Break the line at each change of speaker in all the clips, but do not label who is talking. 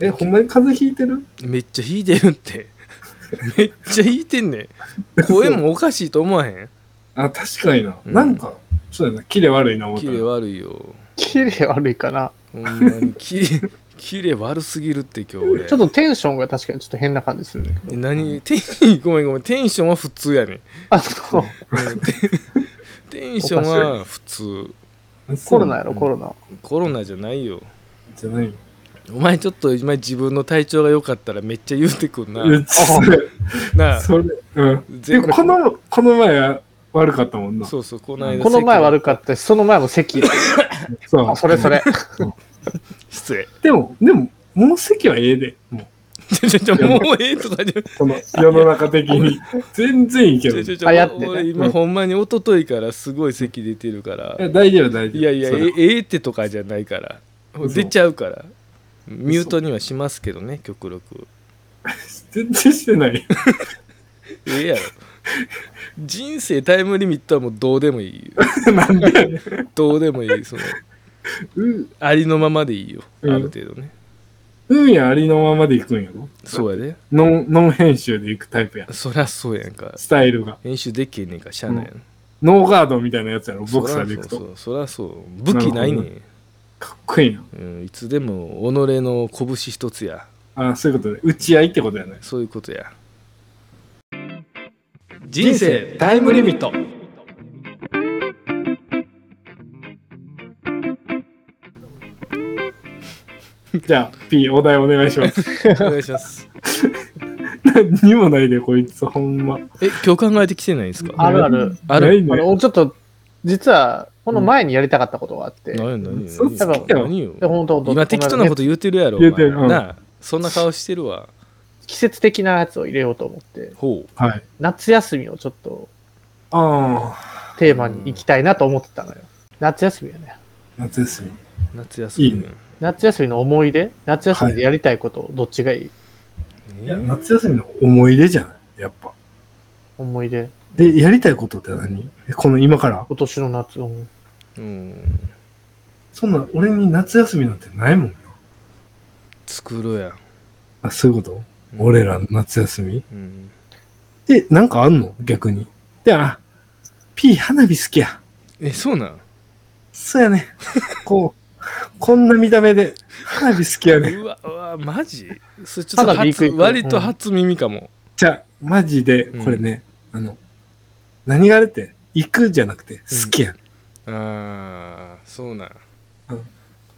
え、ほんまに風邪ひいてる
めっちゃ弾いてるってめっちゃ弾いてんねん声もおかしいと思わへん
あ、確かにな。
うん
なんか、そうやな。キレ悪いな思っ
キ
た
レ
ら。
悪いよ
キレ悪いかな。
ほんまにキレキレ悪すぎるって今日俺
ちょっとテンションが確かにちょっと変な感じするんだけど。
え何テン ごめんごめんテンションは普通 やねん
あの、
うんテンテンションは普通
コロナや
ろ
ろ、コロナ。
コロナじゃないよ
じゃないよ。
お前ちょっと今自分の体調が良かったらめっちゃ言うてくんな
うっち
な あ
それ、うん。で
全
も
部
この、この前は悪かったもんな。
そうそうこの間
この前悪
く
かったし、その前も咳。
そ
あそれそれ。
失礼
でも、でも、もう席はええで。も
ちょちょちょもうええとかじゃ
う、この世の中的 に。全然いいけど。
ちょ
い
ちょちょ
あやってね
俺今ほんまに一昨日からすごい咳出てるから
や大丈夫、大丈夫。
いやいや
それ
えええってとかじゃないから
嘘
出ちゃうからミュートにはしますけどね極力
全然してない。
ええやろ人生タイムリミットはもうどうでもいいよ
なんでや ねん
どうでもいいその
うん
ありのままでいいよあ
うん
る程度ね、
運やありのままで行くんやろ
そうやで
ノンノン編集で行くタイプやん
そりゃそうやんか
スタイルが。
編集できへんねんからしゃあないやん、
ノーガードみたいなやつやろ、ボクサーで行く
そ
と。
らそうそらそう武器ないね
なる
ん、
かっこいいな。
うん、いつでも己の拳一つや
あそういうことね。打ち合いってことやね。
そういうことや
人生タイムリミット。じゃあ、P、お題お願いし ます。
お願いします
何にもないで、こいつ、ほんま。
え今日考えてきてないんですか
あるある。
あ
な
る
い
あ
ね。
の、ちょっと、実は、この前にやりたかったことがあって。い
何何
嘘つ
け
何何よ
や本当本当
今適当なこと言うてるやろお
言
前
うてるうん
なあそんな顔してるわ
季節的なやつを入れようと思って、
ほう
はい。
夏休みをちょっと
ああ、
テーマに行きたいなと思ってたのよ。夏休みやね。
夏休み。
夏休み
いいね
夏休みの思い出夏休みでやりたいこと、どっちがいい
い
え
や、夏休みの思い出じゃないやっぱ。
思い出
で、やりたいことって何えこの今から
今年の夏の。
うん
そんな、俺に夏休みなんてないもんな。
作ろうや、
あ、そういうこと俺らの夏休み
うん、
え、なんかあんの逆に。で、あ、P 花火好きや。
えそうなん
そうやね。こう、こんな見た目で、花火好きやね。
うわうわマジそれちょっと
ただビーク
初
イック
割と初耳かも、
じゃあ、マジで、これね、あの、何があれって、行くじゃなくて、好きや、ん。
ああそうなん、
うん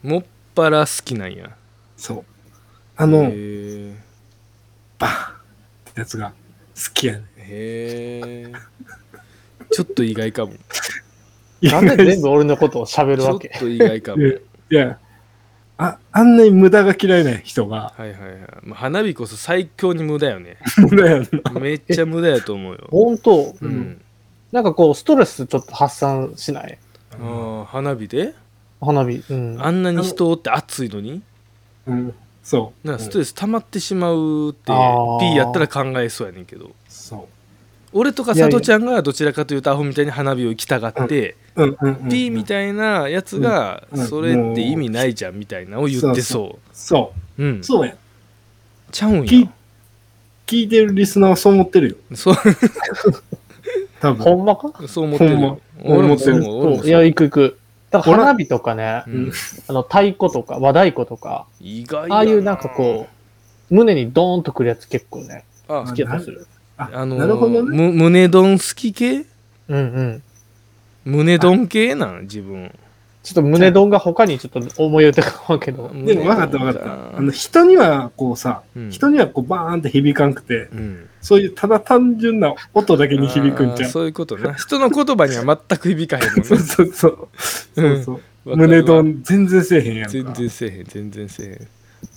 もっぱら好きなんや
そう。あ
あ
の、
へー
バーンってやつが、好きやね。
へえちょっと意外かも
なんで全部俺のことを喋
ち
る
ょ
わ
っ
け
と意外かも
いやいや、あ、あんなに無駄が嫌いな人 が、
はいはいはい、まあ、花火こそ最強に無駄よね
無駄やんな。
めっちゃ無駄やと思 うよ、
本当、
う
うんん、
なんかこう、ストレスちょっと発散しない
あー花火で
花火。うん。
あんなに人おって暑いのに
うん、そう。
なんかストレス溜まってしまうって、
あー
P やったら考えそうやねんけど
そ
俺とか
いやい
佐
や
藤ちゃんがどちらかというとアホみたいに花火を行きたがって、
う。うんうん、うん。
P みたいなやつが
うんうん
それって意味ないじゃんみたいなのを言ってそ
そう
うん
う。そうや。
ちゃうんや
P、聞いてるリスナーはそう思ってるよ。
そ
多
ほ
分。
んまか
うそう思ってる
ほんま
よ俺もそう
ほんま
思う俺もそ
い
う
や、行く行く。だから花火とかね、
うん
あの、太鼓とか和太鼓とか、
意外や
ああいうなんかこう、胸にドーンとくるやつ結構ね、
うあ
好きやったりする。
あ、
あのー
なるほどね。
む胸ドン好き系
うんうん。
胸ドン系なん自分
ちょっと胸ドンが他にちょっと思い浮かばん けど。
でも分かった
わ
分かった。あの人にはこうさ、
うん
人にはこうバーンって響かんくて、
うん
そういうただ単純な音だけに響くんじゃ
あー
ん。
そういうことな人の言葉には全く響かへんもん
そうそうそう。そ
うん
うそう
な
胸ド
ン
ン全然せえへんやんか。
全然せえへん全然せえへん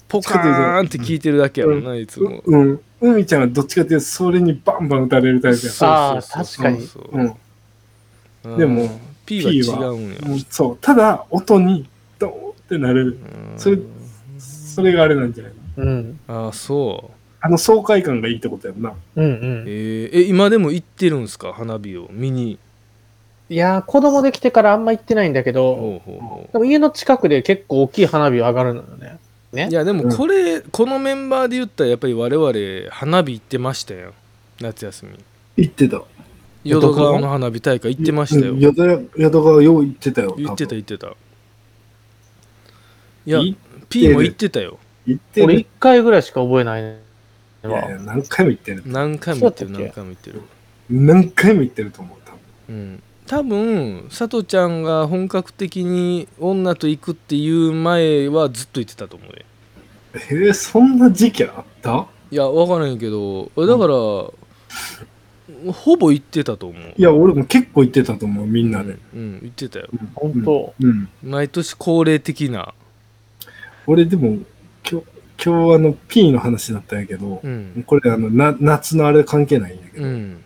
ポカーンって聞いてるだけやもんな、いつも、
う。うん。海ちゃんはどっちかっていうと、それにバンバン打たれるタイプや。
そうあー確かに
そう
うん。
う
でも
P は違
P は
うんや、
うんそう。ただ、音に、ドーンってなる。
うん
それそれがあれなんじゃないの
うん。
ああそう
あの爽快感がいいってことやんな。
うんうん。
えーえ今でも行ってるんすか花火を見に
いやー、子供できてからあんま行ってないんだけど、
ほうほうほ
でも家の近くで結構大きい花火上がるのよね。ね
い。やでも
うん
これ、このメンバーで言ったらやっぱり我々花火行ってましたよ夏休み
行ってた。
淀川の花火大会行ってましたよ
うん淀川よう行ってたよ。多分
行ってた行ってたいや
行
P も行ってたよ
行って
俺
る。い
一回ぐらいしか覚えないね。
やいや何回も行ってる。
何回も行ってる
そうだ
何
っ
回も行ってる
何回も行ってると思う。多分
うん多分佐藤ちゃんが本格的に女と行くっていう前はずっと行ってたと思うで
えー、そんな時期あった
いや分からへんけどだから、ほぼ行ってたと思う
いや、俺も結構行ってたと思う、みんなで。
うん、うん行ってたよ
本当。
うん。
毎年恒例的な
俺でも、今日、今日あの、P の話だったんやけど、
うん
これあのな、夏のあれ関係ないんやけ
う
ど、
ん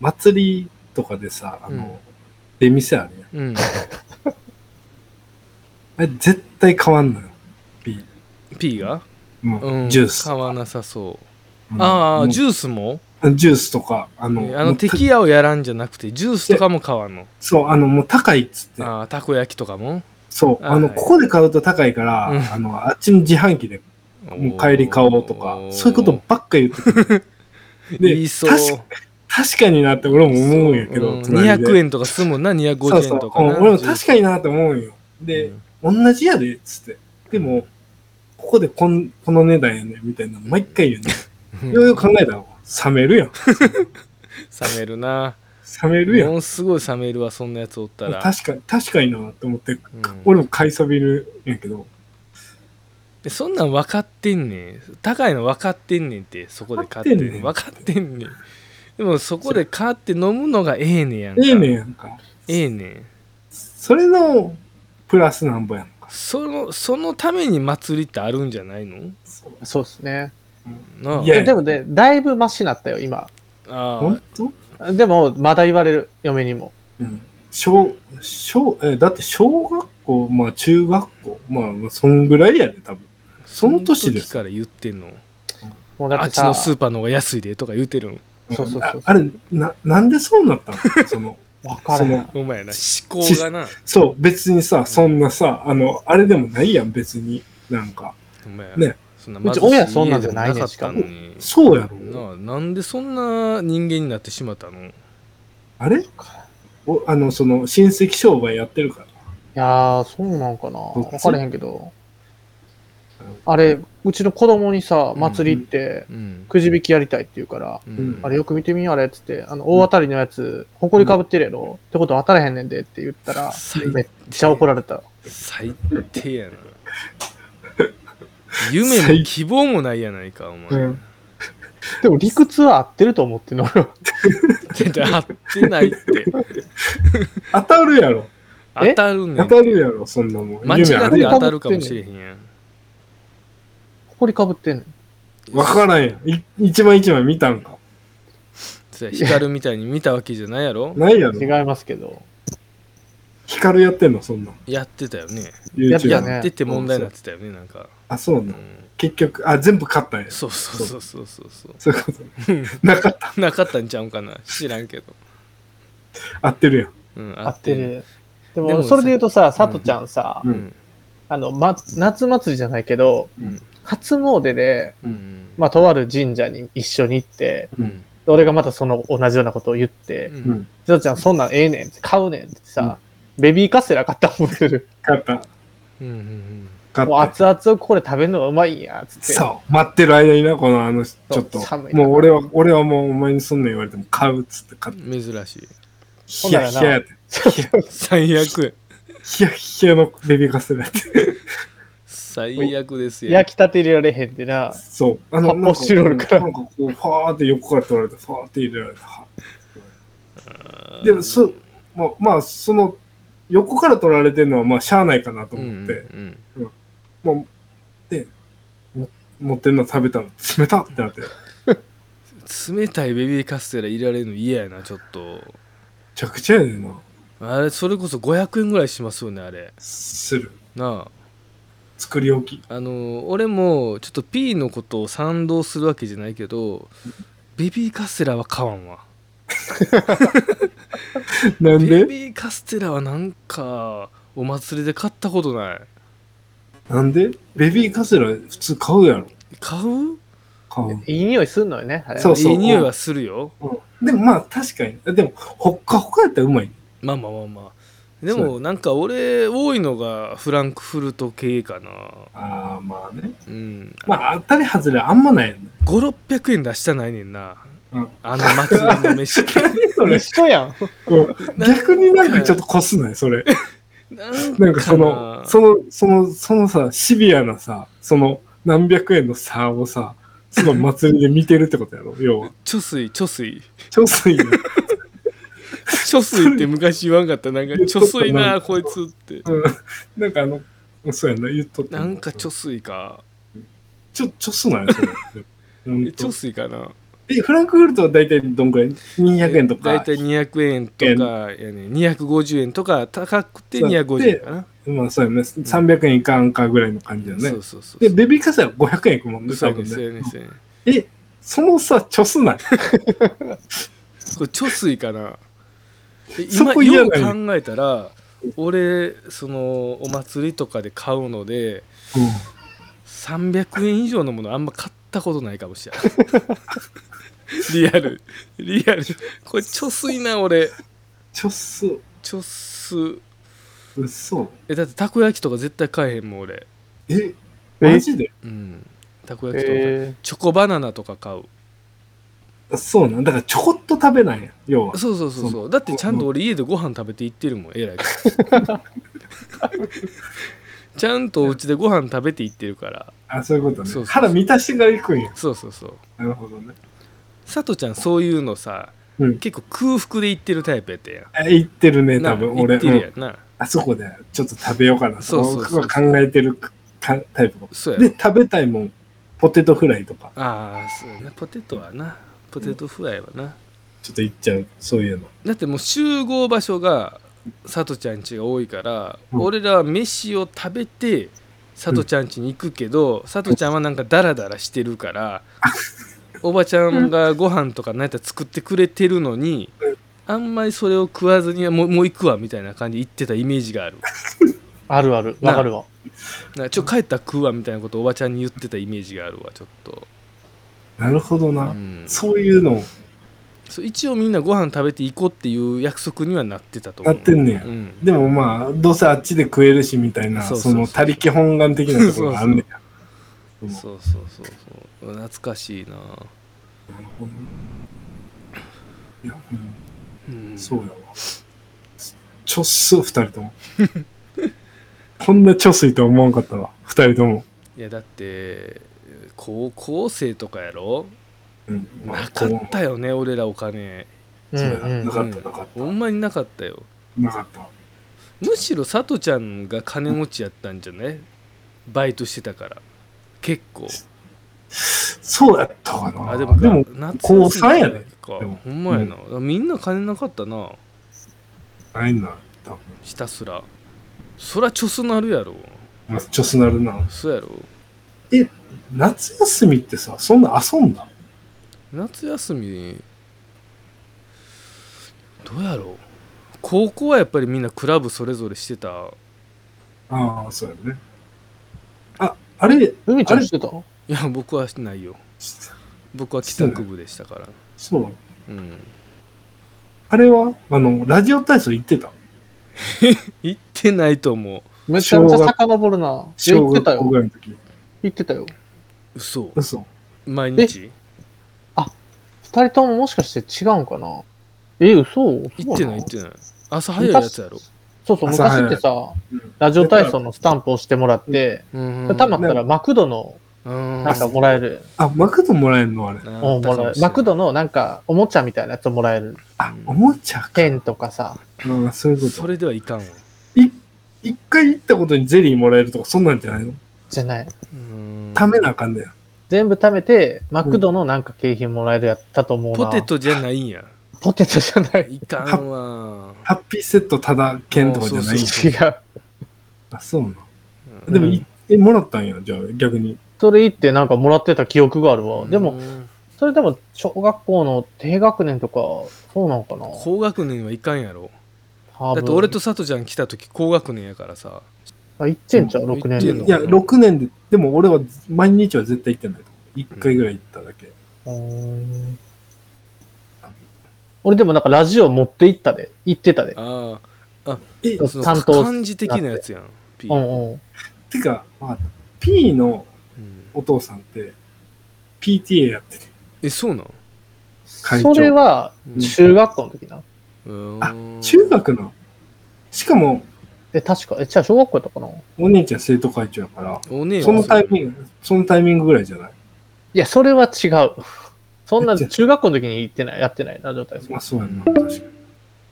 祭りとかでさ、あ
うん
の、出店あるやん。
うん
あれ絶対変わんのよ、P。
P が、
うん
うん、
ジュース。
買わなさそう
うん
ああ、
もう
ジュースも
ジュースとか、あ
あ
の、も
の、
うた
敵屋をやらんじゃなくて、ジュースとかも買わんの。
そう、あの、もう高いっつって。
ああ、たこ焼きとかも。
そう、
あ
あの、
はい
ここで買うと高いから、
うん
あの、あっちの自販機でもう帰り買おうとか、そういうことばっか言ってくる。 で
で、いそう。
確か確かになって俺も思うんやけど、
うん
隣で
200円とか済むな、250
そう
円
そう
とかな。
うん俺も確かになって思うんよ。で、同じやで、っつって。でも、ここでこんこの値段やねみたいなの毎回言うね。
うん、
ようよく考えたら、冷めるやん。
冷めるな。
冷めるやん。
ものすごい冷めるわ、そんなやつおったら。
確かに、確かになって思って、
うん
俺も買いそびるんやけど、
でそんなん分かってんねん高いの分かってんねんってそこで買ってんねん
分
分かってんねんでもそこで買って飲むのがええねんやんか
ええねんやんか。
ええねん
それのプラスなんぼやんか。
そのそのために祭りってあるんじゃないの
そうですね。
なあ
いや
ででもね、だいぶマシになったよ、今。
あ
ほん
あ
と
でも、まだ言われる、嫁にも。
うん小、小、え、だって小学校、まあ中学校、まあまあ、そんぐらいやで、多分。その年です
その時から言ってんの
もうだ
あ
っ
ってちの
さ、
スーパーの方が安いでとか言ってるん
そうそうそう
ああれ、な、なんでそうなったの その、
わからへん。
お前な思考がな
そう、別にさ、そんなさ、あの、あれでもないやん、別に。なんか、
お前
ね
そんな
うち
貧し
親そんなんじゃな
家
いね
でもかったのに
そうやろ。
なあなんでそんな人間になってしまったの
あれおあの、その、親戚商売やってるから。
いやー、そうなんかな。
そ
わ
う
からへんけど。あれ、うちの子供にさ、祭りって、
うん
くじ引きやりたいって言うから、
うん
あれよく見てみよあれっつって、あの、大当たりのやつ、ほこりかぶってるやろ、ってことは当たらへんねんでって言ったら
最、
めっちゃ怒られた。
最低やな夢も希望もないやないかお前、
うん
でも理屈は合ってると思ってんの 俺は。
絶対合ってないって
当たるやろ。
当たるね
当
ん
たるやろ、そんなもん。
間違って
夢あるや
当たるかもしれへんやん
ほこりかぶってんの。
ん。わからんやん。い一枚一枚見たんか。
そりゃ光みたいに見たわけじゃないやろ
ないやろ。
違いますけど。
光やってんの、そんなん。
やってたよね
YouTube
やってたね
やってて問題になってたよねなんか、
あ、そう
う
なん。
ん、
結局、あ、全部勝ったんや。
そうそうそうそうそうそう
そういうこと。なかった。
なかったんちゃうんかな知らんけど、
合ってるやん。
うん、
合ってる。で
でも
も、
さ
それで言うとさ、さとちゃんさ、
う
うんん
あの、ま、夏祭りじゃないけど、
うん
初詣で、
うん
まあ、とある神社に一緒に行って、
うん
俺がまたその同じようなことを言って、
う
うんん。
さとちゃんそんなんええねんって、買うねんってさ、ベビーカステラ買った思ってる。
勝った。
うんうん
勝
もう
った。
熱々をここで食べるのがうまいんや、つって。
そう。待ってる間にな、このあの、ちょっと
寒。いな
もう俺は、俺はもうお前にそんなん言われても買うっつって買って。
うん珍しい
ヒヤヒヤやって。
最悪
ヒヤヒヤのベビーカステラやって。
最悪ですよ
焼きたて入れられへんってな。
そう。あ
発泡スチロールから
なんかこう、ファーって横から取られて、ファーって入れられた。はでも、そ、まあ、まあ、その、横から取られてるのは、まあ、しゃあないかなと
うん
思って。もう、
うん
で、も持ってんの食べたの、冷たってなって、め
うん、冷たいベビーカステラいられるの嫌やなちょっと
ちゃくちゃやねんな。
あれそれこそ500円ぐらいしますよねあれ
する。
な
作り置き。
ああの俺もちょっと P のことを賛同するわけじゃないけどベビーカステラは買わんわ
なん
ベ
で
ビーカステラはなんかお祭りで買ったことない
なんでベビーカステラ普通買うやろ。
買う
買う。
いい匂いすんのよね。あれ
そう
いい匂いはするよ
でもまあ確かに。でも、ほっかほかやったらうまい。
まあまあまあまあでもなんか俺多いのがフランクフルト系かな
ああ、まあね。
うん
まあ当たり外れあんまないよね。
5600円出したないねんな、
うん
あの祭りの 飯
それ
一緒やん。
逆になんかちょっとこすないそれ。
なん
なんかその、その、その、そのさ、シビアなさ、その何百円の差をさ、すごい祭りで見てるってことやろ、要は。
貯水貯水
調査員
貯水って昔言わんかったなんか
言っと
貯
ったな
水 なこいつって
うんなんかあの、そうやな、言っとった。
なんか貯水か
ちょ、ちょすないそれ。 ほん
え
と
貯水かな
え、フランクフルトは大体どんくらい ?200 円と
だい
か
た。い200円とかやね250円とか高くて250円かな
まあそうやね。300円いかんかぐらいの感じだよね
そ。うそうそう
で、ベビーカステラ500円いくもんね、
そう
最
やね
近ね。
そうやねそうやね
え、そのさ、ちょす ない。
これ貯水かなで
そ
今
こ嫌
よう
だよ
考えたら俺そのお祭りとかで買うので300円以上のものあんま買ったことないかもしれな いリアルリアルこれ貯水な俺
ちょす、
貯水
うそ。
えだってたこ焼きとか絶対買えへんもん俺
え、マジで
うんたこ焼きとか、
え
チョコバナナとか買う
そうなんだからちょこっと食べないや、要は。
そうそうそうそうだってちゃんと俺家でご飯食べて行ってるもん えらいからちゃんとお家でご飯食べて行ってるから
あ、そういうこと
そうそうそう
ね。腹満たしてから行くんや。
そうそうそう
なるほどね。
佐藤ちゃんそういうのさ、
うん
結構空腹で行ってるタイプやったやん
え行ってるね、
な
多分俺。
行ってるや
うん
んな、
あそこでちょっと食べようかな。
そうそうそう
僕は考えてるかタイプかも
そうやろ
で、食べたいもん、ポテトフライとか、
ああそうやなポテトはなポテトフライはな、
ちょっと行っちゃう、そういうの。
だってもう集合場所が佐藤ちゃん家が多いから、
うん
俺らは飯を食べて佐藤ちゃん家に行くけど、佐藤ちゃんはなんかダラダラしてるから、おばちゃんがご飯とか何やったら作ってくれてるのに、あんまりそれを食わずにもうもう行くわみたいな感じで言ってたイメージがある
あるある。わかるわ。
なんかちょ帰ったら食うわみたいなことをおばちゃんに言ってたイメージがあるわちょっと、
なるほど
う
な。
ん、
そういうの、
そう一応みんなご飯食べて行こうっていう約束にはなってたと思う
なってんねや
うん、
でもまあ、どうせあっちで食えるしみたいな、
そう
そ
そうそう
の、他力本願的なところがあんねや。うん
そうそうそうそう懐かしいな、
なるほどねいや、うん
うん、
そうやわ。ちょっす、二人とも。 こんなちょすいとは思わんかったわ、二人とも。
いやだって高校生とかやろ
うん
なかったよね俺らお金
う
そうんやな
うん
な。かった、なかっ
ほんまになかったよ
た。なかった。
むしろさとちゃんが金持ちやったんじゃないバイトしてたから結構
そうやったかな。
あでも
でも
夏
高三やで
か
でも
ほんまやな、みんな金なかったな
ないな、多分。
ひたすらそらちょすなるやろ
まあ、ちょすなるな。
そうやろ
夏休みってさ、そんな遊んだ
夏休みどうやろう高校はやっぱりみんなクラブそれぞれしてた
ああ、そうやね。あ、あれ、
海ちゃん知ってた
いや僕はしてないよ僕は帰宅部でしたから
そう。
うん
あれは、あの、ラジオ体操行ってた
行ってないと思う
めちゃめちゃ遡るな。いや
小
行ってた
学校
よ
ぐ。らいの時。
行ってたよ。
嘘
嘘。
毎日
二人とももしかして違うんかなえ、嘘
行ってない行って
い。
ない朝早いやつやろ
そうそう、
朝
昔
早い
ってさ
うん、
ラジオ体操のスタンプをしてもらって、
うん
たまったらマクドの
うん
なんかもらえる。
あ、マクドもらえるのあれ。
なんか
うん、もらえる。マクドのなんかおもちゃみたいなやつもらえる。
あ、おもちゃか。
剣とかさ。
ああ、そういうこと
そ。れではいかんわ
い一回行ったことにゼリーもらえるとか、そんなんじゃないの
じゃない。
うん
ためなあかんねや。
全部食べて、マクドのなんか景品もらえるやったと思うな。
ポテ。トじゃないんや
ポテトじゃない。
いかんわ
ハッピーセットただ券とかじゃないん
そ
や
う。
違う。
あ、そうなの。
うん
でも、
うん
いえ、もらったんや、じゃあ逆に。
それ行ってなんかもらってた記憶があるわ。で
う
も、
ん
それでも小学校の低学年とか、そうなんかな。
高学年はいかんやろ
多分
だって俺と佐藤ちゃん来た時高学年やからさ
あ、行ってんちゃう、6
行って
年
ん
で
の
い。や、6年で、でも俺は毎日は絶対行ってないと思う。1回ぐらい行っただけ。
うん俺でもなんかラジオ持って行ったで、行ってたで。
あ
え
あ、その
担当
漢字的なやつやん。ピ
う
ー
んうん。
てか、まあ、P の
うん
お父さんって、PTA やってる。
え、そうなん
会
そ
長
れは
うん
中学校の時な。
う
あ
ーん
中学の。しかも、
え、確か、え、じゃあ小学校やったかな
お姉ちゃん生徒会長やから、
お姉は
そのタイミング、そのタイミングぐらいじゃない
いや、それは違う。 そんな中学校の時に行ってない、やってない、ラジオ体操
まあ。そうやな、確かに。い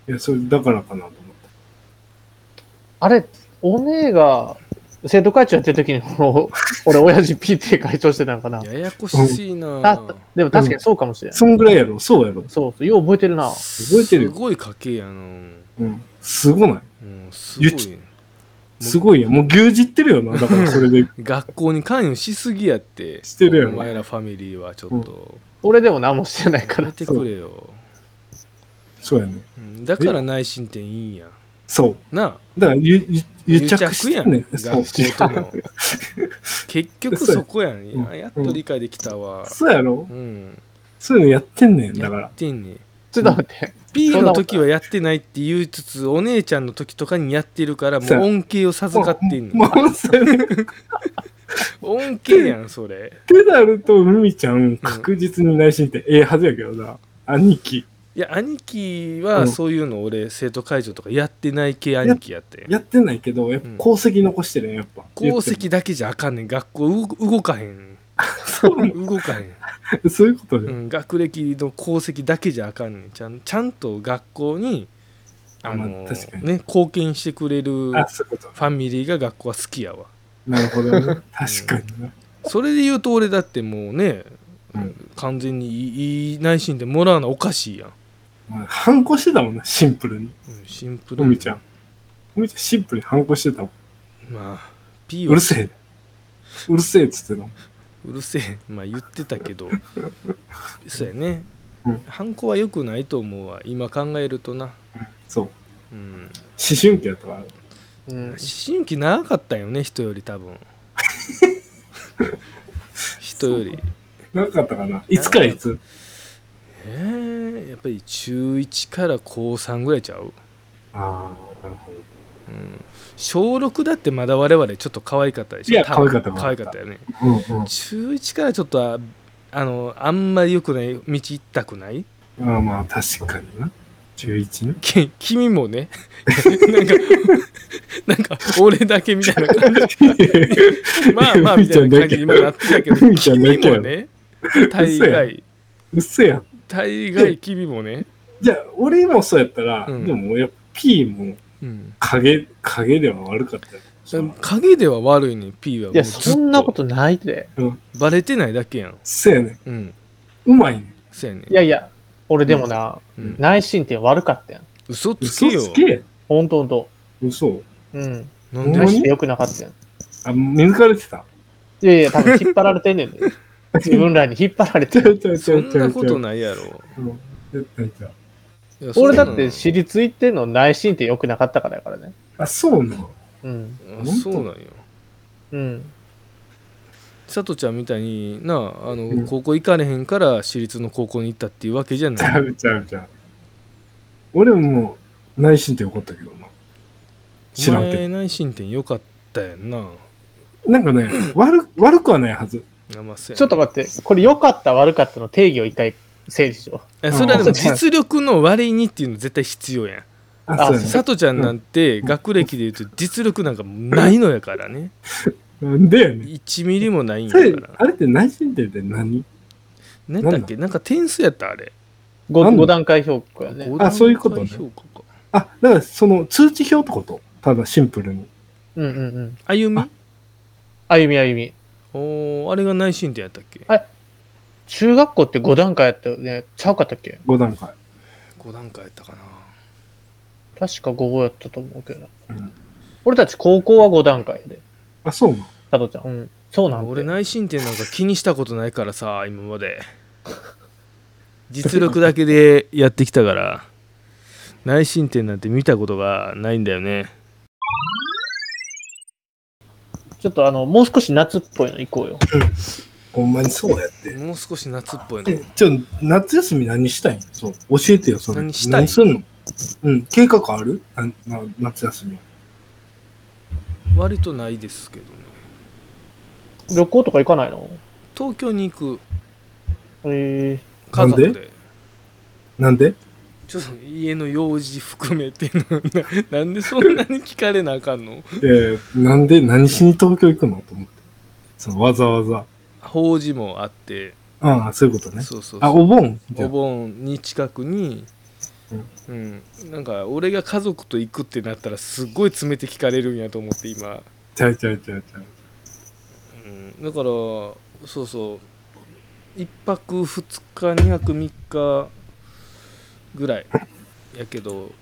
や、それだからかなと思っ
あれ、お姉が生徒会長やってる時に、この俺、親父 PTA 会長してたのかな。
ややこしい
た
な
でも確かにそうかもしれ
た。
ない。
そんぐらいやろ、そうやろ。
そうそう、よう覚えてるな。
覚えてるよ
すごい家系やなうん
うん。すごない。
すご
言っち
い
すごいや。もう牛耳ってるよな。だからそれで
学校に関与しすぎやって
してるや
お
ろ。
前らファミリーはちょっと
俺でも何もしてないか
や
ら
め。てくれ よ
そうやね。
うんだから内申点いいんや
そう。
なあ
だから、ゆ、ゆ、癒着し
や
てん
ん
ねん。
学
そう。
校との 結局そこやん
そうや
ややっと理解できたわ
そうやろ
うん
そういうのやってんねん。だか
や
ら
っ。てんねん
ちょっと待って。
P の時はやってないって言いつつお姉ちゃんの時とかにやってるからもう
そうや
恩恵を授かってんねん
もうもうそれっ
恩恵やんそれ
てなると、ルミちゃん、確実に内心ってええはずやけどな。兄貴。
いや兄貴
う
は
ん
そういうの俺生徒会長とかやってない系兄貴やって
やってないけど、やっぱ
うん
功績残してるね、やっぱ。
功績だけじゃあかんねん学校動動かへん
そうな
動かへん、
のそういうことじゃ。
うんん、学歴の功績だけじゃあかんねんちゃんちゃんと学校にあ
まあ
の、
確かに
ね、貢献してくれるフ
あ、そういうこと。
ァミリーが学校は好きやわ
なるほどね。確かにな。
それで言うと俺だってもうね、
うん
完全にいいい内心でもらうのおかしいやん、
まあ反抗してたもんな、シンプルに。
うんシンプル
ルミちゃん。ルミちゃん、シンプルに反抗してたもん。
まあ P
う
は
るせえ。うるせえっつっての。
うるせえまあ言ってた けどそうやね、
うん
反抗は良くないと思うわ今考えるとな、
そう。
うん、
思春期やったから。
うん
思。春期長かったよね人より 多分人より
長かったかな。いつからいつ
えー、やっぱり中1から高3ぐらいちゃう、
ああ、なるほど。
うん、小6だってまだ我々ちょっと可愛かったでしょ
いや
多分
可愛かった
可愛かったよね
うんうん。
中1からちょっとああのあんまり良くない道行ったくない
まあまあ、確かにな。11ね。
け君もね なんか なんか俺だけみたい な感じまあまあみたいな感じに今なってたけど
みーちゃん
君
だけ
もね大概
うっせえやん。
大概君もね、
じゃあ、俺もそうやったら、
うん
でも、やっぱ P も
うん、
影、影では悪かったよ。
影では悪いね P はも
いうや、
ず
そ
っ
んなこととないで。
バレてないだけやん
そうやね。
うん
うまいね。
そうやね
いやいや、俺でもな、
うん
内申点悪かったやん。
嘘つけ
嘘
よ
つけ。
ほんとほんと。
嘘。
うん。
なん
ほん
で
ま
内
に
申点良くなかったやん。
あ、見抜かれてた。
いやいや、多分引っ張られてんねんで。自分らに引っ張られ
ち
て
ゃう
る。
ちゃうち
そ
ゃ
ん
うちゃ
な
うちゃ
こ
う。
とないやろ
うん絶対ちゃう
いやそん
俺
な
だって私立行ってんの内申点良くなかったからやからね。
あ、そうなの
うん。
あそうなんよ
うん。
佐藤ちゃんみたいになああの、
うん
高校行かれへんから私立の高校に行ったっていうわけじゃ
ち
ない
ゃうちゃうちゃう。俺も内心って怒ったけどな。 知らん
お前
け
内申点良かったやんな
ど。なんか ね、悪悪くはないはず。
あまあそうやな
ちょっと待って、これ良かった悪かったの定義を一回整理しよ
えそれはでも
うん
実力の割にっていうの絶対必要やん
あ、そうや
佐藤ちゃんなんて学歴でいうと実力なんかないのやから
ね。
ね
なんでやねん。
1ミリもないんや
それ
から
あれって内心点って何
何だっけなんか点数やったあれ
う。5,
なんだ
段階評価やね。
五段階
そういうことね
評価か
あ、だからその通知表ってことただシンプルに。
うんうんうん。
歩み
あ
歩み歩み。
おーあれが内申点やったっけ
あ中学校って5段階やったよね。ちゃうかったっけ
5段階。
5段階やったかな
確か5やったと思うけどな。
うん
俺たち高校は5段階で。
あ、そうなの
佐藤ちゃん。うん。そうなんだ。
俺内申点なんか気にしたことないからさ今まで実力だけでやってきたから内申点なんて見たことがないんだよね
ちょっとあの、もう少し夏っぽいの行こう よ。
ほんまにそうやって。
もう少し夏っぽいの
え、ちょ、夏休み何したいのそう、教えてよ、その。
何したい
すんのうん、計画あるなな夏休み。
割とないですけどね
旅行とか行かないの
東京に行く
え
家族で
なんなんで
ちょっと家の用事含めての ななんでそんなに聞かれなあかんの
えー、なんで、何しに東京行くのと思って。そのわざわざ。
法事もあって
ああ、そういうことね。
そうそうそう
あ、お盆じゃ
お
あ
盆に近くに、うんなんか俺が家族と行くってなったらすっごい詰めて聞かれるんやと思って今、
ちゃうちゃうちゃうちゃう。
うん、だからそうそう1泊2日2泊3日ぐらいやけど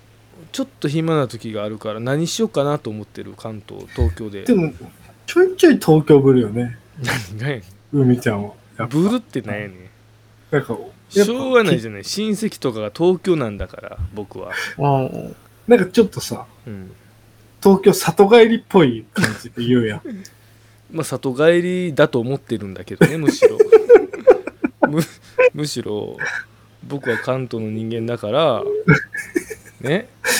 ちょっと暇な時があるから何しようかなと思ってる関東東京で
でも、ちょいちょい東京ぶるよね、
何がやね
海ちゃんは。やっ
ん
ぱ
ブルってなんやねん
なんか、やっ
し
ぱ
ょうがないじゃない親戚とかが東京なんだから僕は、
ー、うん。
なんかちょっとさ、
うん、
東京里帰りっぽい感じで言う やん。
まあ里帰りだと思ってるんだけ どねむしろむむしろ僕は関東の人間だからね
め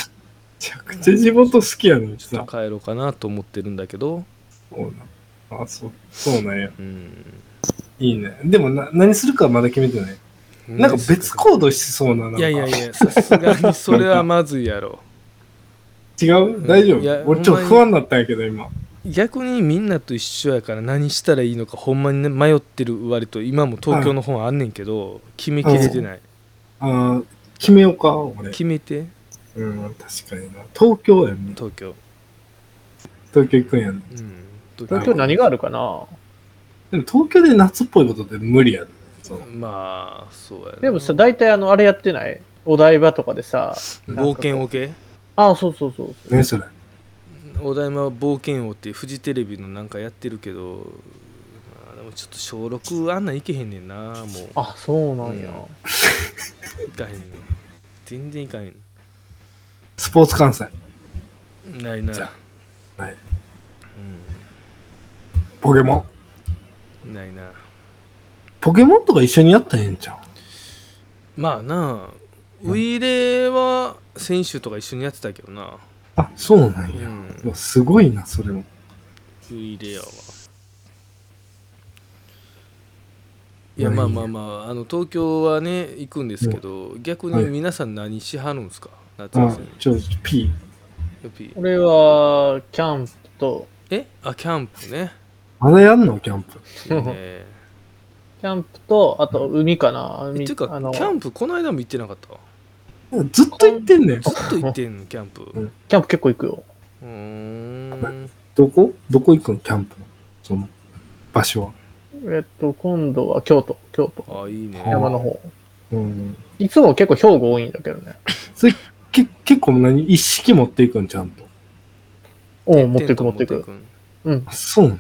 ちゃくちゃ地元好きやのに
ちょっ
さ。
と帰ろうかなと思ってるんだけど
そうなんあ、そう、そうなんや。
うん
いいね。でもな、何するかはまだ決めてない。なんか別行動しそうな、なんか。
いやいやいやさすがにそれはまずいやろ
違う大丈
いや
夫俺ちょっと不安になったんやけど、今。
逆にみんなと一緒やから何したらいいのかほんまにね迷ってる割と今も東京の本あんねんけど決めきれてない
あー決めようか、俺。
決めて
うん、確かにな。東京やんね。
東京
東京行くんやん、ね。
うん
東京何があるかな
でも東京で夏っぽいことって無理やね。そう。
まあそうやな
でもさ、大体あの、あれやってないお台場とかでさ、
冒険王系
ああ、そうそうそう。
何それ。
お台場冒険王ってフジテレビのなんかやってるけど、まあ、でもちょっと小6あんなんいけへんねんなもう
あ、そうなんや。
いかへんねん全然いかへん
スポーツ関西。
ないな
じゃない。ポケモン。
うんないな
ポケモンとか一緒にやったらええんちゃう
まあなあウイレは選手とか一緒にやってたけどな、
あ、そうなん
う
や。
ん
う、わすごいな、それも。
ウイレやわいやまあまあまああの東京はね行くんですけど逆に皆さん何しはるんですか夏
あ
休み、
ちょ、P。
よっぴー
俺は、キャンプと、
えあキャンプね
まだやんのキャンプ。
いいね
キャンプと、あと海かな。
え
海
ていうか
あの
キャンプこの間も行ってなかった
ずっと言ってんねん。
ずっと行ってんのキャンプ
うん
キャンプ結構行くよ。
うーん
どこどこ行くのキャンプの。その、場所は。
えっと、今度は京都、京都、
あいいね
山の方。
うん。
いつも結構兵庫多いんだけどね。
け、結構何一式持っていくん、ちゃんと。
うん、持ってく持ってく。
ん
うん。
あそうなの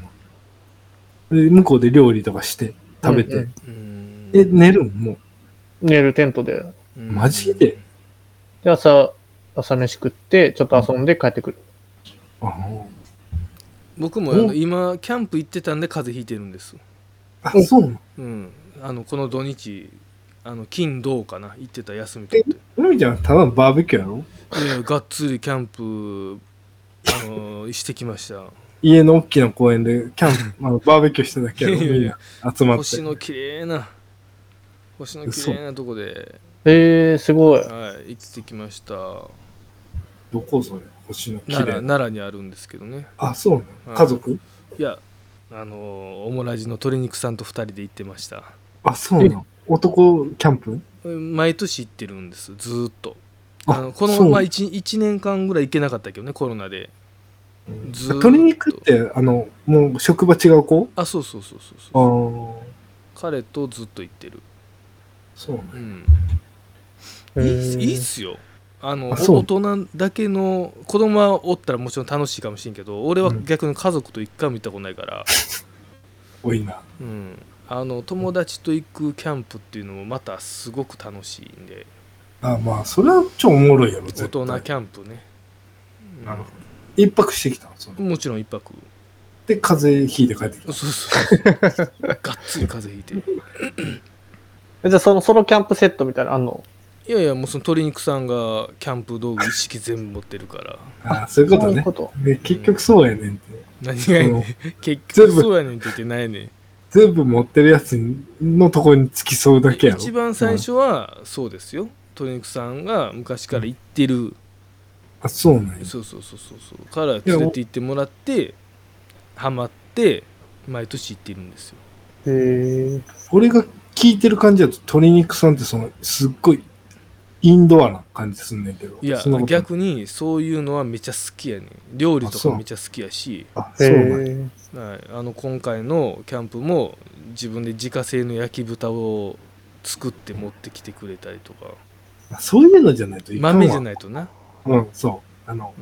で、向こうで料理とかして、食べて。
うんうん
うーん
え、寝るんも
寝るテントで。
うん
マジで
で、朝、朝飯食って、ちょっと遊んで帰ってくる。
う。あ
僕もあの今キャンプ行ってたんで風邪ひいてるんです
あ、あそうなの
うんあのこの土日あの金土かな行ってた休み取って
海ちゃん、ただのバーベキューやろ
いやがっつりキャンプあの してきました
家の大きな公園で、キャン プ、あのバーベキューしただけやろ
いやいやい
みん
や
な集まって。
星の綺麗な星の綺麗なとこで、
えー、すごい。
はい、行ってきました
どこそれ星の綺
奈良
麗な。
奈良にあるんですけどね
あ、そうな
うん
の家族
いやあのーオモラジの鶏肉さんと2人で行ってました
あ、そうなの男キャンプ
毎年行ってるんですずーっと
あ
あのこの
そう
まあ 1, 1年間ぐらい行けなかったけどねコロナでずーっと
鶏肉って、あの、もう職場違う子
あそうそうそうそう
ああ
そう、彼とずっと行ってる
そうなの
うんい
え
いっす
ー
いいっすよあの
あそう
お大人だけの子供はおったらもちろん楽しいかもしれんけど俺は
うん
逆に家族と一回も行ったことないから、
多いな。
うん、あの友達と行くキャンプっていうのもまたすごく楽しいんで
あまあ、それは超おもろいやろ、
大
絶対。
人キャンプね、
なるほど。一泊してきたのその
うんもちろん一泊
で、風邪ひいて帰ってきた。
そうそう そう。がっつり風邪ひいて。
えじゃあそのソロキャンプセットみたいなのあんの
いやいや、もうその鶏肉さんがキャンプ道具一式全部持ってるから。
ああ、そういうこと
そういう
ね
こ。と
で結局そうやねんって。
何がやねん
そ。
結
全
局
部
そうやねんって言ってないねん。
全部持ってるやつのとこに付き添うだけやろ。
一番最初はそうですよ。鶏肉さんが昔から行ってる。
あ、そうなんや。
そうそうそうそうそう。から連れて行ってもらって、ハマって、毎年行ってるんですよ。
へえ。
俺が聞いてる感じだと、鶏肉さんってその、すっごい、インドアな感じすんねんけど。
いや
そんなことない。
逆にそういうのはめちゃ好きやねん料理と
あそ
か
う
めちゃ好きやし
あ、
へ
そうなんや。
え。
はいあの今回のキャンプも自分で自家製の焼き豚を作って持ってきてくれたりとか
あそういうのじゃないといかんわ。
豆じゃないとな、
うん、そう。あの、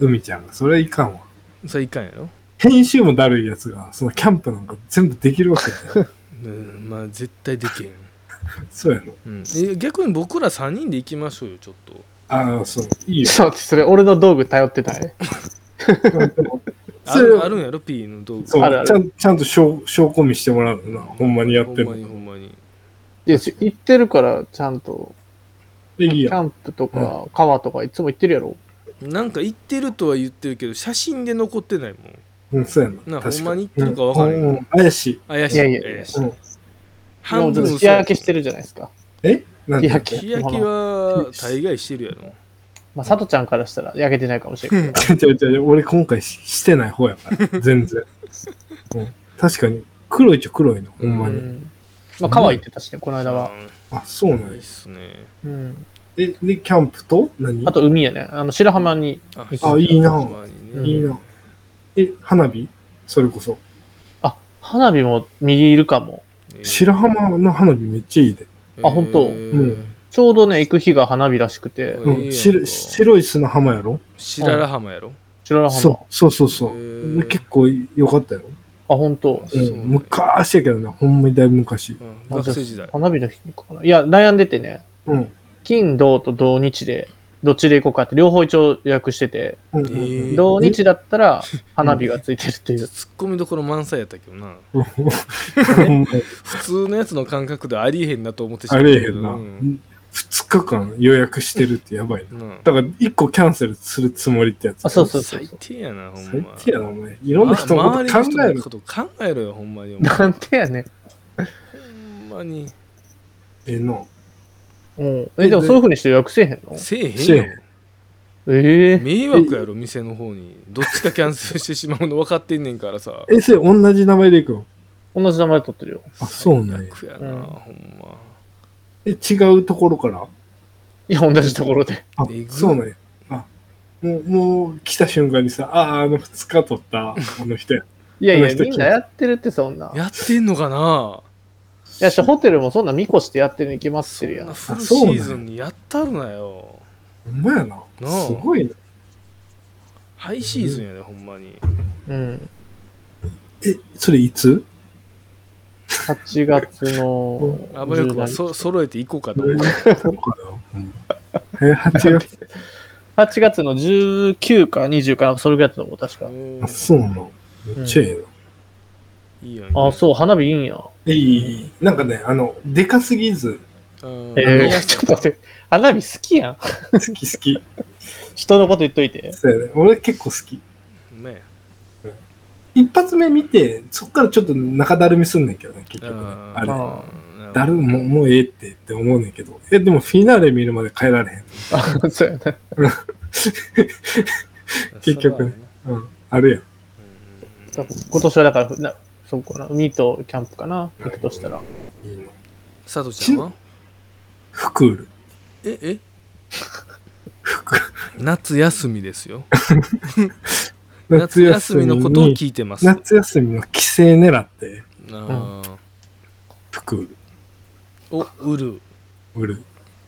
う
海ちゃんが、それはいかんわ。
ん、それいかんやろ、
編集もだるいやつが、そのキャンプなんか全部できるわけじゃない。
うん、まあ絶対できへん、
そうやろ。
うん、え逆に僕ら3人で行きましょうよちょっと
ああ、そう。いいよ。
ちょっと待ってそれ俺の道具頼ってない。
あ
それ
るあるんやろ P の道具
そう
あるある
ちゃんちゃんと証証拠見してもらうのな。ほんまにやってる
ほんまに
の。
ほんまに
いや、ち行ってるから、ちゃんと、
で、いい
キ
や。
ャンプとか、川とか、いつも行ってるやろ。
なんか行ってるとは言ってるけど写真で残ってないもん
うん、そうやな。確
な
か
ほんまに言ってるかわからん
う
よ
んうん怪しい。
怪しい
いやいや
怪し
うん
半
で
分
も
嘘
日焼けしてるじゃないですか。
えなん
日
て
焼
日
け。
焼けは大概してるやろ。
まあ、佐藤ちゃんからしたら焼けてないかもしれない。
ちょちょちょ俺今回ししてない方やから。全然。うん確かに、黒いっちゃ黒いの。ほんま
う
に。
ん。まあ、川行ってたしね、この間は。
あ、そう
う
なんん
いい
や
っ。すね。
うん。
で、でキャンプと何
あと、海やね。あの、白浜に、
あ
あいいな
ほんまにね
いいな。え、花火それこそ。
あ、花火も右いるかも。
えー
白浜の花火めっちゃいいで。
あ本当
えー
ちょうどね、行く日が花火らしくて、
うん
うん、白白い砂浜やろ
白良浜やろ。
白浜。
そうそうそうそう。
へ
で
ー
結構良かったよ。
あ、本当。
う
そうね
ん、昔やけどね、ほんまにだいぶ昔。
うん学生時代。
花火の日かな。いや、悩んでてね、
うん。
金、土と土日で、どっちで行こうかって、両方一応予約してて、
うん
えー
土日だったら花火がついてるっ ていう。
ツッコミどころ満載やったけどな。
うんうん
普通のやつの感覚ではありえへんなと思って し
あ
まった
れ
け
え
ど
へんな。
うん
2日間予約してるってやばいな。
うん
だから1個キャンセルするつもりってやつ。
あ、そうそうそう
最。低やな、ほん
最
ま。
低やな、お前。いろんな人の
ま
こと考
周
える
りの。人のこと考えろよ、ほんまに。お前
なんてやね
ほんまに。
ええな。
ん。うん。え、でもそういう風にして予約せえへんの
せえへ
せえ
んよ
へ。
ええ
迷惑やろ店の方にどっちかキャンセルしてしまうの分かってんねんからさ
え、それ同じ名前で行くの
同じ名前取ってるよ。
あ、そうなんや。
楽やな、
うん
ほんま
え、違うところから
いや、同じところで。
あ
えぐ、
そうなんや。あ、もう、もう来た瞬間にさ、ああ、あの2日取った、あの 人や。
いやい
あの
や、
人
みんなやってるってそんな。い
やってんのかな
やし、ホテルもそんな見越してやってるに決まって
そ
る
ん
やん
な。フルシ
そうなんや
ーズンにやったるなよ
ほんまやな。
なあ
すごいな。
ハイシーズンやで、ほんまに
うん。
え、それいつ
8月の
あばよくば
17
そ揃えていこうかと思う
え、8月。
8月の19か20かな、それぐらいだったと思う、確か。
うん
あ、そうなの。めっちゃええな。
いいや
あ、
う
そう、花火いいんや。
いいいい、なんかね、あの、でかすぎず、
ん
え
い
え
や
ちょっと待って、花火好きやん。
好き好き。
人のこと言っといて。
そうやね。俺結構好き。
ね
一発目見て、そっからちょっと中だるみすんねんけどね、結局ね。
あー
あれ。
ま
だるもうもうええってって思うねんけど。え、でもフィナーレ見るまで帰られへん。
あ、そうやな。
結局ね
それはあるな
うん。あるやん。
今年はだから、なそうかな、海とキャンプかな、行くとしたら。
いいの。
佐藤ちゃんは
フクール。
ええ夏休みですよ夏
夏
休
休
み
み
の
の
こ
ことと
を
を
聞いてます
夏休みの帰省狙って、
あー
フクール。
お売る
俺。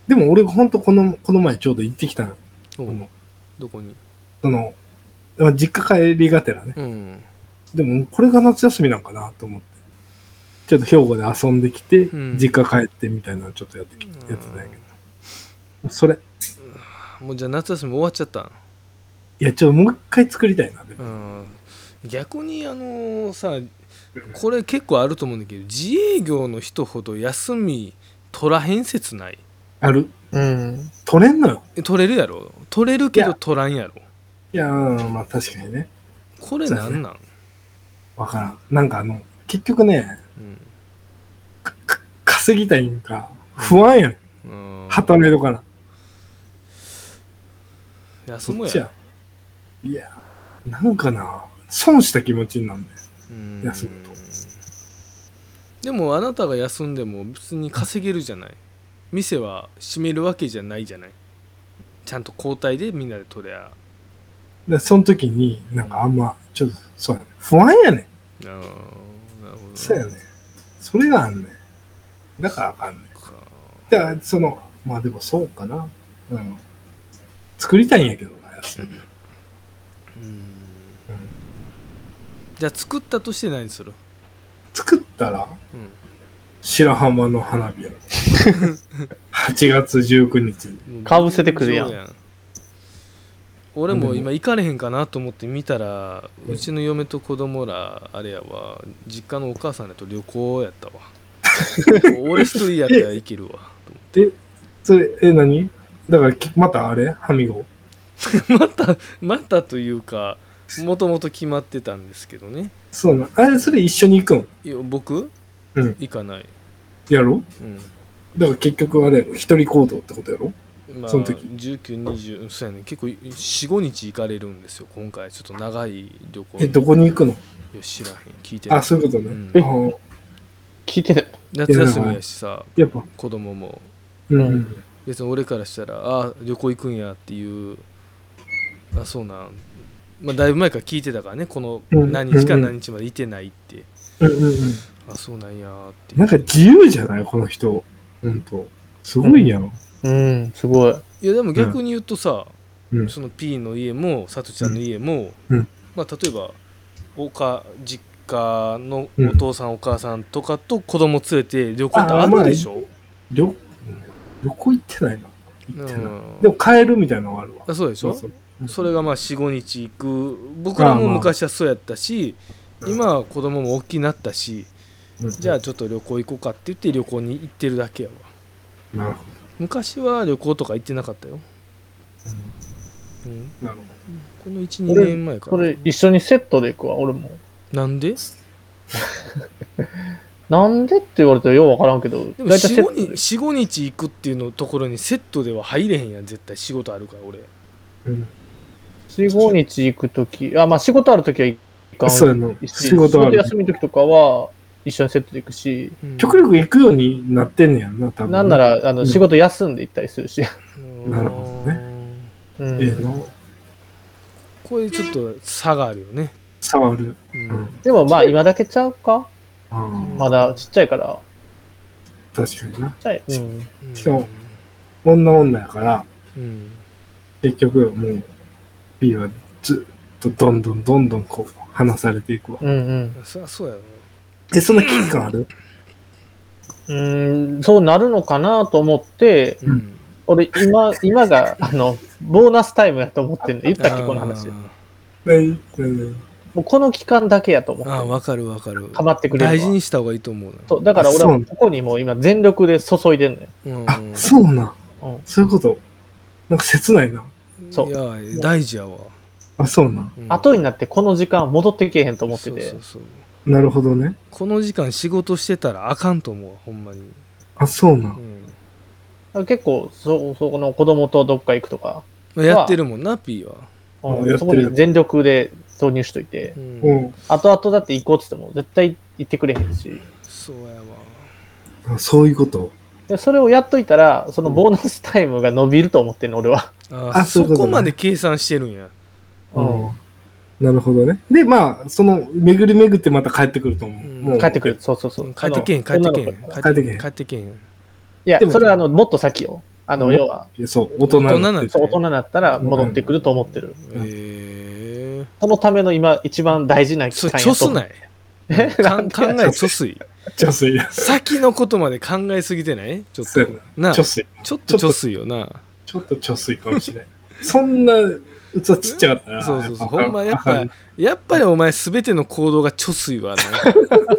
でも俺ほんとこの、この前ちょうど行ってきたの。
お
この
どこに
その、まあ実家帰りがてらね。
うん
でも、これが夏休みなんかなと思って。ちょっと兵庫で遊んできて、
うん
実家帰ってみたいなのちょっとやってきやってたんやけど。それ。
もうじゃあ夏休み終わっちゃったん
いや、ちょっともう一回作りたいな。でも
うん逆にあのさこれ結構あると思うんだけど自営業の人ほど休み取らへん説ない
ある
うん。
取れんのよ。
え取れるやろ取れるけ
い
ど
や
取らんやろ
いやー、まあ確かにね。
これなんなん、
わからん。なんかあの、結局ね、
うん
稼ぎたいんか、不安やん。
うん、
働いとかな。
休
そ
も
っ
う
ち
や
や。いや、なんかな、損した気持ちになるんだよ。
うん
休むと
でもあなたが休んでも別に稼げるじゃない店は閉めるわけじゃないじゃないちゃんと交代でみんなで取りゃ
で、その時に、なんかあんま、ちょっと、そうやね。不安やねん。
あーなるほど
そうやねん。それがあんねん。だからあかんねん。
か
だから、その、まあでもそうかな。うん。作りたいんやけどな、休み。
うんじゃあ作ったとして何する、
作ったら、
うん
白浜の花火やろ。8月19日に。
かぶせてくるやん
そう俺も今行かれへんかなと思って見たらうちの嫁と子供らあれやわ実家のお母さんらと旅行やったわ 俺一人やったらいけるわ
それ、え、何だからき、またあれハミゴ。
またまたというかもともと決まってたんですけどね
そうな。あれ、それ一緒に行くん
いや僕、
うん
行かない、
やろ
う
だから結局あれやろ、一人行動ってことやろ
んまあ、
その時
1920うんそうやね結構45日行かれるんですよ今回ちょっと長い旅行
え、どこに行くの
いや知らへん聞いてない
あ、そういうことね。
うん
あー
聞いてない。
夏休みやしさ
やっぱ、
子供も
うん。
別に俺からしたらああ旅行行くんやっていうあそうなん、まあ、だいぶ前から聞いてたからねこの
うん
何日か
うん
何日までいてないって、
うんうんうん。
あそうなんやーっていう
なんか自由じゃないこの人。ほんと。すごいやろ。
うん、すごい。
いやでも逆に言うとさ、
うん
その P の家もさとちゃんの家も、
うん
まあ、例えばおか実家の
うん
お父さん、お母さんとかと子供連れて旅行ってあるでしょ、
旅うん旅行行ってないな。行
う
ってない。
ん、
でも帰るみたいなのがあるわ。
あそうでしょ
そう
それがまあ45日行く僕ら
まあ
も
まあ
昔はそうやったし、
うん
今は子供も大きくなったし、
うん
じゃあちょっと旅行行こうかって言って旅行に行ってるだけやわ
なるほ
昔は旅行とか行ってなかったよ、うん、
ど。なるほ
この12年前か
そ
ら
れ一緒にセットで行くわ、俺も。
なんで
なんでって言われてようわからんけど、
でも
大体セット
45
で。
日45日行くっていうのところにセットでは入れへんやん絶対仕事あるから俺
どうん
4、5日行くとき、あ、まあ仕事あるときは行かん。
そうやな。
し
仕事ある。
休みのときとかは一緒にセットで行くし、
極力行くようになってんねやんな、多分。
なんな
ら。
ら、あの、
うん
仕事休んで行ったりするし。
なるほど
ね
う
ええ
ん。
な。
これちょっと差があるよね、
触る。
うん
うん
でもまあ今だけちゃうか
あ
まだちっちゃいから。
あ、確かにな
ち。っちゃい。うん。
うん
しかも女女やから、
うん
結局もう、B はずっとどんどんどんどんこう、離されていくわ。
うん
そりゃそうやろな
え、そんな危機感ある
うん。うん、そうなるのかなと思って、
うん
うん
俺今、今が、あの、ボーナスタイムやと思ってんの。言ったっけ、この話。
あ
も
ないないないう
この期間だけやと思
ーあー
って
わかるわかる
る。かまってくれ
大
る
事
のは
にした方がいいと思うな
そうだから俺
そうな
は
んだ
ここにもう今全力で注いでんのよ。
うん
あ、そうなん。
うん
そういうこと。なんか切ないな。
そう
いや大事やわ、
あ、そうなん。
うん
後になってこの時間戻ってけえへんと思ってて。
そうそうそう
なるほどね。
この時間仕事してたらあかんと思うほんまに、
あ、そうな。
うんん
結構、そ、そこの子供とどっか行くとか、
まあ、やってるもんな P は、
あやっ
うん
てる
そこに全力で投入しといて
う、ん
うん。
後々だって行こうって言っても絶対行ってくれへんし、
そうやわ
あそういうこと。
でそれをやっといたら、そのボーナスタイムが伸びると思ってんの、俺は。
あ
あそうい
そ
うことね
こまで計算してるんや
うん。なるほどね。で、まあ、その、巡り巡ってまた帰ってくると思う。
うん
もう
帰ってくる。。そうそうそう。
帰ってけん帰ってけん
あの女の子
帰ってけん
帰ってけん
いや
で、も
それはあの、もっと先よ。あ
う
の、
ん
要は、
いやそう、大人
大人なんです
そう大人になったら戻ってくると思ってる。
うん
え
そのための今、一番大事な
ー、そ
期
れ
間
ちょ
や
す
と。
ないかん考え貯水
ちょすいや。
先のことまで考えすぎてないちょっ
そう
と
や
な
ちょすい。
ちょっとちょすいよな。
ちょっとちょすいかもしれない。そんな、器ちっちゃかったな。
そうそうそう。
やっぱ
ほんまやっ
あか
ぱ
ん、
やっぱりお前すべての行動が貯水はね。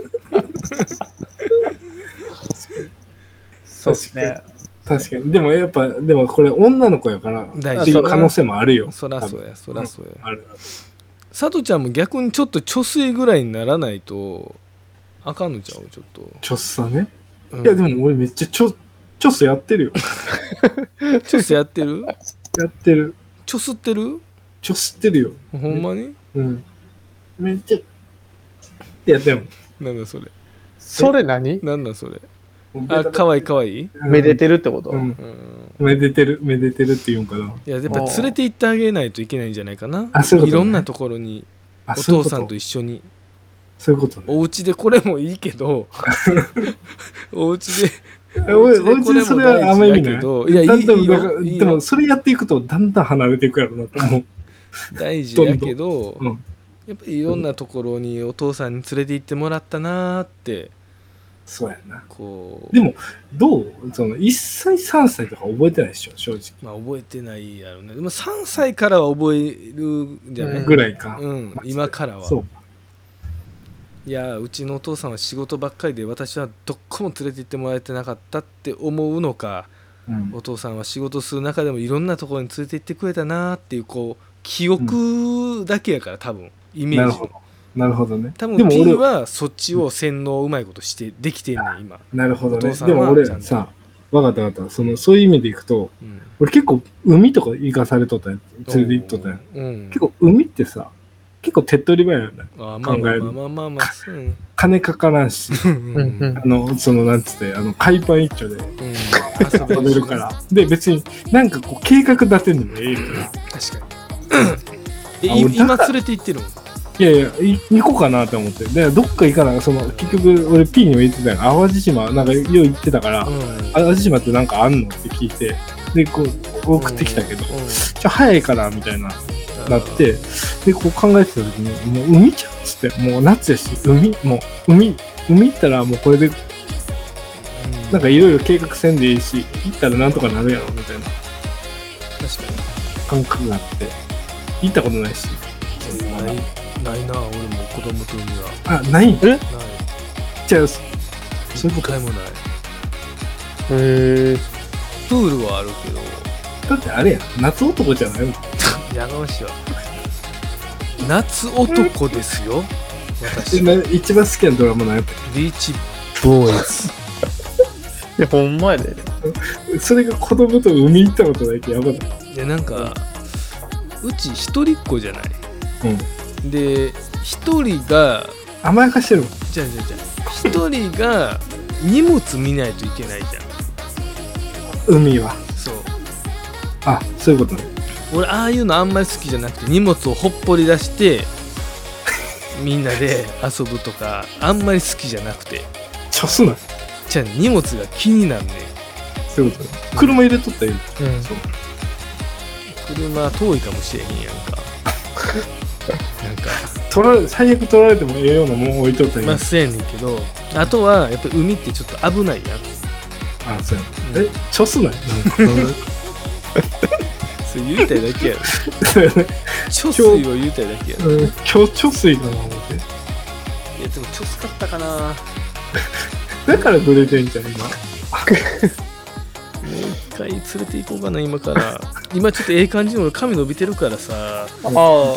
そうですね。
確かに。でもやっぱ、でもこれ女の子やから、って
大事
いう可能性もあるよ。
そらそうや、そらそうや。
ある。
佐藤ちゃんも逆にちょっと貯水ぐらいにならないと、あかんのちゃうちょっと。
ちょっさね。
うん
いや、でも俺めっちゃちょ、ちょっさやってるよ。
チョスやってる
やってる。
チョスってる
ちょすってるよ。
ほんまに
うん。めっちゃ、いや、でも、
なんだそれ。
それ何
なんだそれ。あ、か
わ
わいいかわいい
めでてるってこと、
うん。
うん。
めでてる、めでてるって言うんかな。
いや、やっぱ連れて行ってあげないといけないんじゃないかな。
あそういうことね
ろんなところに、
あ、
お
そういうこ
父さん
と
と。一緒に。
そういうことね。
お家でこれもいい けど、お家で。
えおいおうちでそれはあんま意味ない。
いや、い
だん
い
だん
いい
だから
よいい
で
よ
も、。それやっていくと、だんだん離れていくやろなと思う。
大事やけ
ど
ど、
んどんうん
やっぱりいろんなところにお父さんに連れて行ってもらったなーって、
そうやな。
こう、
でも、どうその、1歳、3歳とか覚えてないでしょ、正直。
まあ覚えてないやろうね。でも3歳からは覚えるんじゃない、
うん
ぐらいか。
うん、今からは。
そう。
いやーうちのお父さんは仕事ばっかりで私はどっこも連れて行ってもらえてなかったって思うのか
うん
お父さんは仕事する中でもいろんなところに連れて行ってくれたなーっていうこう記憶だけやから多分イメ
な
ー
る
ジ
ほ
の
ど。なるほどね。
多
で
分
も
P
俺、
はそっちを洗脳うまいことしてできてんねん今、
なるほど
お
ね。
父さん
でも俺
はちゃんと
さ、わかったわかった。その、そういう意味でいくと、
うん、
俺結構、海とか行かされとったやん連れて行っとったやん。
うん
結構、海ってさ、結構手っ取り早いよね。
あーまあ
考
ま
え
あ
る
まあまあまあまあそううん
金かからん し、
うん
う
うんん
う
うん
ん
あの、その、なんつって、あの、海パン一丁で。
遊べ
食べるから。で、別になんかこう計画立てんのもええから。
確かにえ
あ
い
俺
今連れて行ってるの
いやいや、い行こうかなと思って。だからどっか行かなその、結局俺 P にも言ってたから、淡路島、なんかよう行ってたから、
うん
淡路島ってなんかあんのって聞いて、で、こう、送ってきたけど、
うん
ちょ、早いかなみたいな、なって、で、こう考えてた時に、もう海ちゃんっつって、もう夏やし、海、もう、海、海行ったらもうこれで、
うん
なんかいろいろ計画せんでいいし、行ったらなんとかなるやろ、みたいな
確か
感
に
覚があって、行ったことないし。
ないないな俺も子供とには
あ、ない
ない
じゃあ、そそういうこと
一回もない
へえ。
プールはあるけど
だってあれやん、夏男じゃないの
やがましいわ夏男ですよ私
今一番好きなドラマなんやっ
ビーチボーイズ
いや、ほんまやで。
たそれが子供と海行ったことないけどやばかっ
でなんかうち一人っ子じゃない、で一人が
た。甘やかしてるもん。
じゃあじゃあじゃあ一人が荷物見ないといけないじゃ
海は。
んそう
あ、そういうことね。
俺ああいうのあんまり好きじゃなくて荷物をほっぽり出してみんなで遊ぶとかあんまり好きじゃなくて
ちょすな。
じゃあ荷物が気になんね
そういうことね。車入れとったらいい。
うん。
そう
車遠いかもしれへんやんかなんか
取られ最悪取られてもええようなもん置いとったらいい。
まあそうやねんけどあとはやっぱり海ってちょっと危ないやん
あ、そうや。え、ちょすな。
そう言いたいだけやろ
そうやね。
貯水を言いたいだけやろ
うん、 今日ちょすいかな思って。
いやでも貯水かったかな
だからブレてんじゃん、今。
一回連れて行こうかな今から今ちょっとええ感じの髪伸びてるからさ
ああ。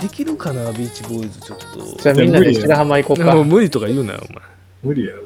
できるかなビーチボーイズちょっと
じゃあみんなで白浜行こう
もう
か。
無理とか言うなよお前
無理やろ。